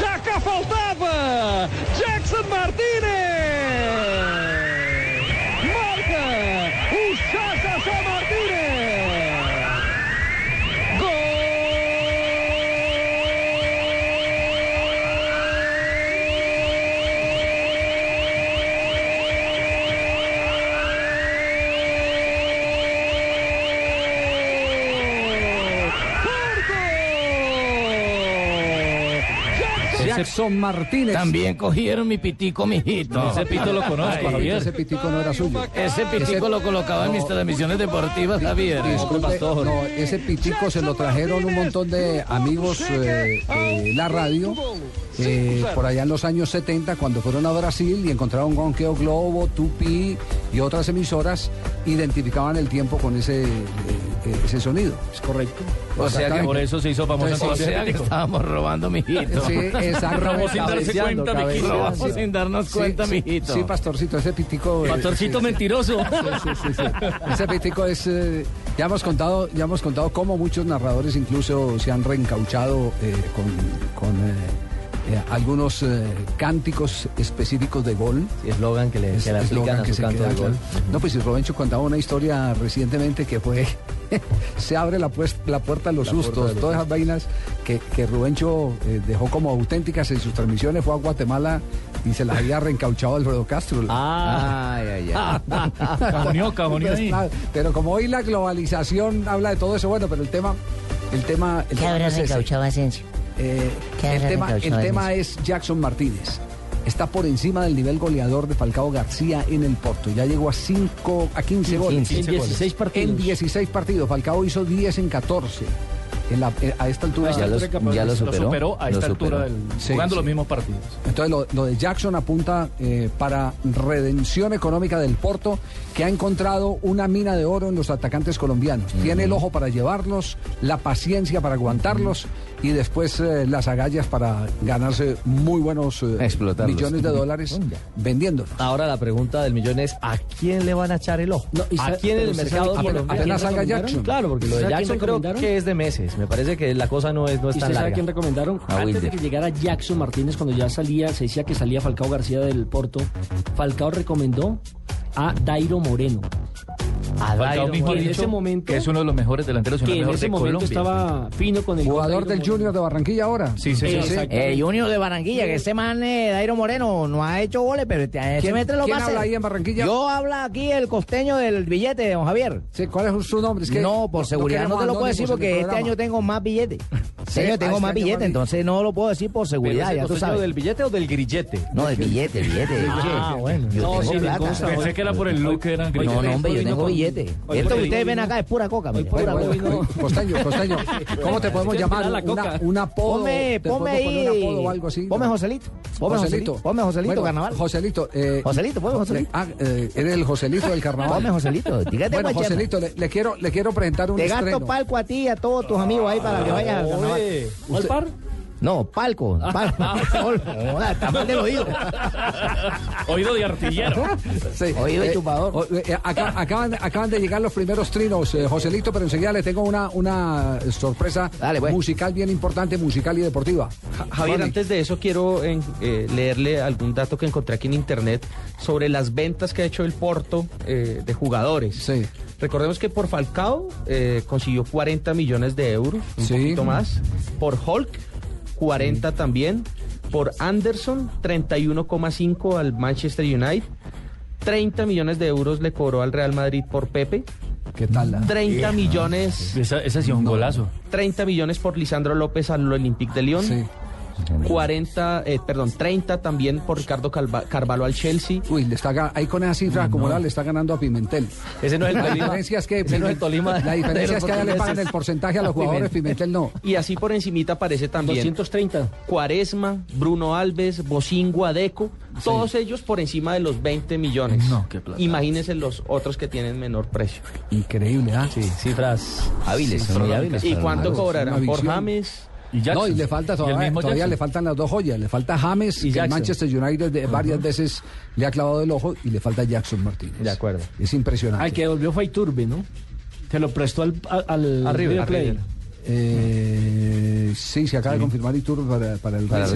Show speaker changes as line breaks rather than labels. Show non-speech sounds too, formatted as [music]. ¡Ya que faltaba! Jackson Martínez! ¡Marca! ¡Un Sasa Martínez! ¡Gol! ¡Porto! Jackson
Jackson Martínez.
También cogieron mi pitico, mijito.
Ese pito lo conozco,
Ese
Javier.
pitico no era suyo.
Ese pitico lo colocaba en mis transmisiones deportivas, Javier.
Disculpe, no, ese pitico se lo trajeron un montón de amigos eh, de la radio eh, por allá en los años 70 cuando fueron a Brasil y encontraron con Keo Globo, Tupi y otras emisoras identificaban el tiempo con ese, eh, eh, ese sonido. Es correcto.
O sea que
Por eso se hizo famoso en
O
Colombia.
sea que estábamos robando, mijito.
Sí,
Robó
exactamente.
sin darse cuenta, mijito.
Robamos sin darnos cuenta,
sí,
mijito.
sí, pastorcito, ese pitico. eh,
Pastorcito
sí, sí.
mentiroso.
Sí, sí, sí. Ese pitico es. eh, ya hemos contado, ya hemos contado cómo muchos narradores incluso se han reencauchado eh, con, con, eh, eh, algunos eh, cánticos específicos de gol.
eslogan que le,
Es-
Eh, que le
eslogan
aplican a
que
su
se
canto
queda,
de gol.
claro. No, pues si Robencho contaba una historia recientemente que fue [laughs] se abre la, pues- la puerta a los sustos, todas esas vainas que, que Rubencho eh, dejó como auténticas en sus transmisiones, fue a Guatemala y se las había reencauchado Alfredo Castro.
Ah, Ay, ay, ay.
Cagoneó,
[laughs]
cagoneó
Pues
ahí.
nada, pero como hoy la globalización habla de todo eso, bueno, pero el tema, el tema, el
¿Qué
tema
habrá
es ese.
recauchado Asensio?
Eh,
¿Qué
el
habrá
tema, el
recauchado
tema es Jackson Martínez. Está por encima del nivel goleador de Falcao García en el Porto. Ya llegó a 5 a 15 goles.
15 goles. 16 partidos.
En 16 partidos. Falcao hizo 10 en 14. En la- eh, a esta altura.
Ah, Ya los- ya lo superó.
a esta
Lo
altura
superó.
del,
Sí,
jugando
sí.
los mismos partidos.
Entonces lo, lo de Jackson apunta eh, para redención económica del Porto, que ha encontrado una mina de oro en los atacantes colombianos. Tiene el ojo para llevarlos, la paciencia para aguantarlos y después eh, las agallas para ganarse muy buenos eh,
Explotarlos.
millones de dólares vendiéndolos.
Ahora la pregunta del millón es, ¿a quién le van a echar el ojo?
No, y
¿A
sa-
quién en el
pero se
mercado
sabe quién-
colombiano?
¿a quién
Apenas salga
recomendaron?
Jackson.
Claro, porque lo de
¿Sabe a quién
Jackson creo
recomendaron?
que es de meses. Me parece que la cosa no es, no es
¿Y
tan
usted sabe a
larga.
quién recomendaron?
A
Antes de
Wilder.
que llegara Jackson Martínez, cuando ya salía, se decía que salía Falcao García del Porto, Falcao recomendó a Dairo Moreno,
Ah,
A
Falcao
Dairo,
mismo ha
en
dicho
ese momento-
que es uno de los mejores delanteros, y uno de
que en
los mejores
ese
de
momento
Colombia.
estaba fino con el gol
Jugador
Dairo
del
Moreno.
Junior de Barranquilla ahora.
Sí, sí, sí.
Sí, exacto.
Eh, Junior de Barranquilla, que este man, eh, Dairo Moreno, no ha hecho goles, pero este, se
¿Quién,
mete los
quién
pases.
habla ahí en Barranquilla?
Yo habla aquí el costeño del billete, don Javier.
Sí, ¿Cuál es su nombre? Es que
no, por seguridad no,
queremos
te lo puedo
anónimos
decir
en el
porque este
programa.
año tengo más billetes.
Sí,
Este año
ah, este
tengo más
año más
billetes,
billetes.
entonces no lo puedo decir por seguridad, ya tú sabes.
del billete o del grillete?
No, del billete, el billete. Ah, bueno, yo
No,
tengo
sí, me
plata.
consta.
Pensé que era por el look que eran
No,
gringos.
no, hombre, yo
vino
tengo
con-
billete.
hoy
Esto
por
que
hoy
ustedes ven
vino-
acá es pura coca, mire,
por
pura
hoy
coca.
vino-
Bueno, costeño, costeño,
[laughs]
¿cómo te podemos
Es que
llamar?
espera la
Una,
coca.
un apodo.
Ponme,
¿te
ponme
podemos poner
ahí.
un apodo o algo así?
Ponme Joselito. Ponme Joselito. Ponme Joselito,
Bueno,
carnaval.
Joselito. eh,
Joselito, ponme Joselito.
Ah, eh, eres el Joselito del carnaval. [laughs]
Ponme, Joselito. Dígate,
Bueno,
Guachema.
Joselito, le, le quiero, le quiero presentar un
Te
estreno. Ah,
gasto palco a ti y a todos tus amigos ahí para que vayas al carnaval.
¿Cuál par?
No, palco.
[laughs]
Palco. Hola, está mal del oído.
Oído de artillero.
Sí,
Oído de chupador.
o- eh, acá- acaban, acaban de llegar los primeros trinos, eh, Joselito, pero enseguida le tengo una, una sorpresa
Dale, pues.
musical bien importante, musical y deportiva.
Javier, antes de eso quiero eh, eh, leerle algún dato que encontré aquí en internet sobre las ventas que ha hecho el Porto eh, de jugadores.
Sí.
Recordemos que por Falcao eh, consiguió 40 millones de euros, un
Sí.
poquito más. Por Hulk, 40 también. Por Anderson, 31,5 al Manchester United. 30 millones de euros le cobró al Real Madrid por Pepe.
¿Qué tal? la-
30 millones.
Esa, esa sí es un golazo.
30 millones por Lisandro López al Olympique de Lyon.
Sí.
40, eh, perdón, 30 también por Ricardo Calva- Carvalho al Chelsea.
Uy, le está, ga- ahí con esa cifra acumulada le está ganando a Pimentel.
Ese no es el
La
Tolima.
diferencia es que,
Ese no es el Tolima.
la diferencia es que allá le pagan
portugueses.
el porcentaje a los jugadores, Pimentel no.
Y así por encimita aparece también
230.
Cuaresma, Bruno Alves, Bocingo, Adeco, todos ellos por encima de los 20 millones.
No, qué plata.
Imagínense los otros que tienen menor precio.
Increíble, ¿ah?
Sí, cifras hábiles, son muy hábiles.
¿Y
para
cuánto
los-
cobrarán
una
por
visión.
James?
Y Jackson.
No, y le falta
el
todavía,
mismo
todavía
Jackson.
le faltan las dos joyas. Le falta James,
Y
que el
Jackson.
Manchester United de- varias veces le ha clavado el ojo, y le falta Jackson Martínez.
De acuerdo.
Es impresionante.
Al que devolvió fue Iturbe, ¿no? Se lo prestó al, al, al
A River,
River
a
Plate.
River.
Eh, sí, se acaba de confirmar Iturbe para, para el
para
Real.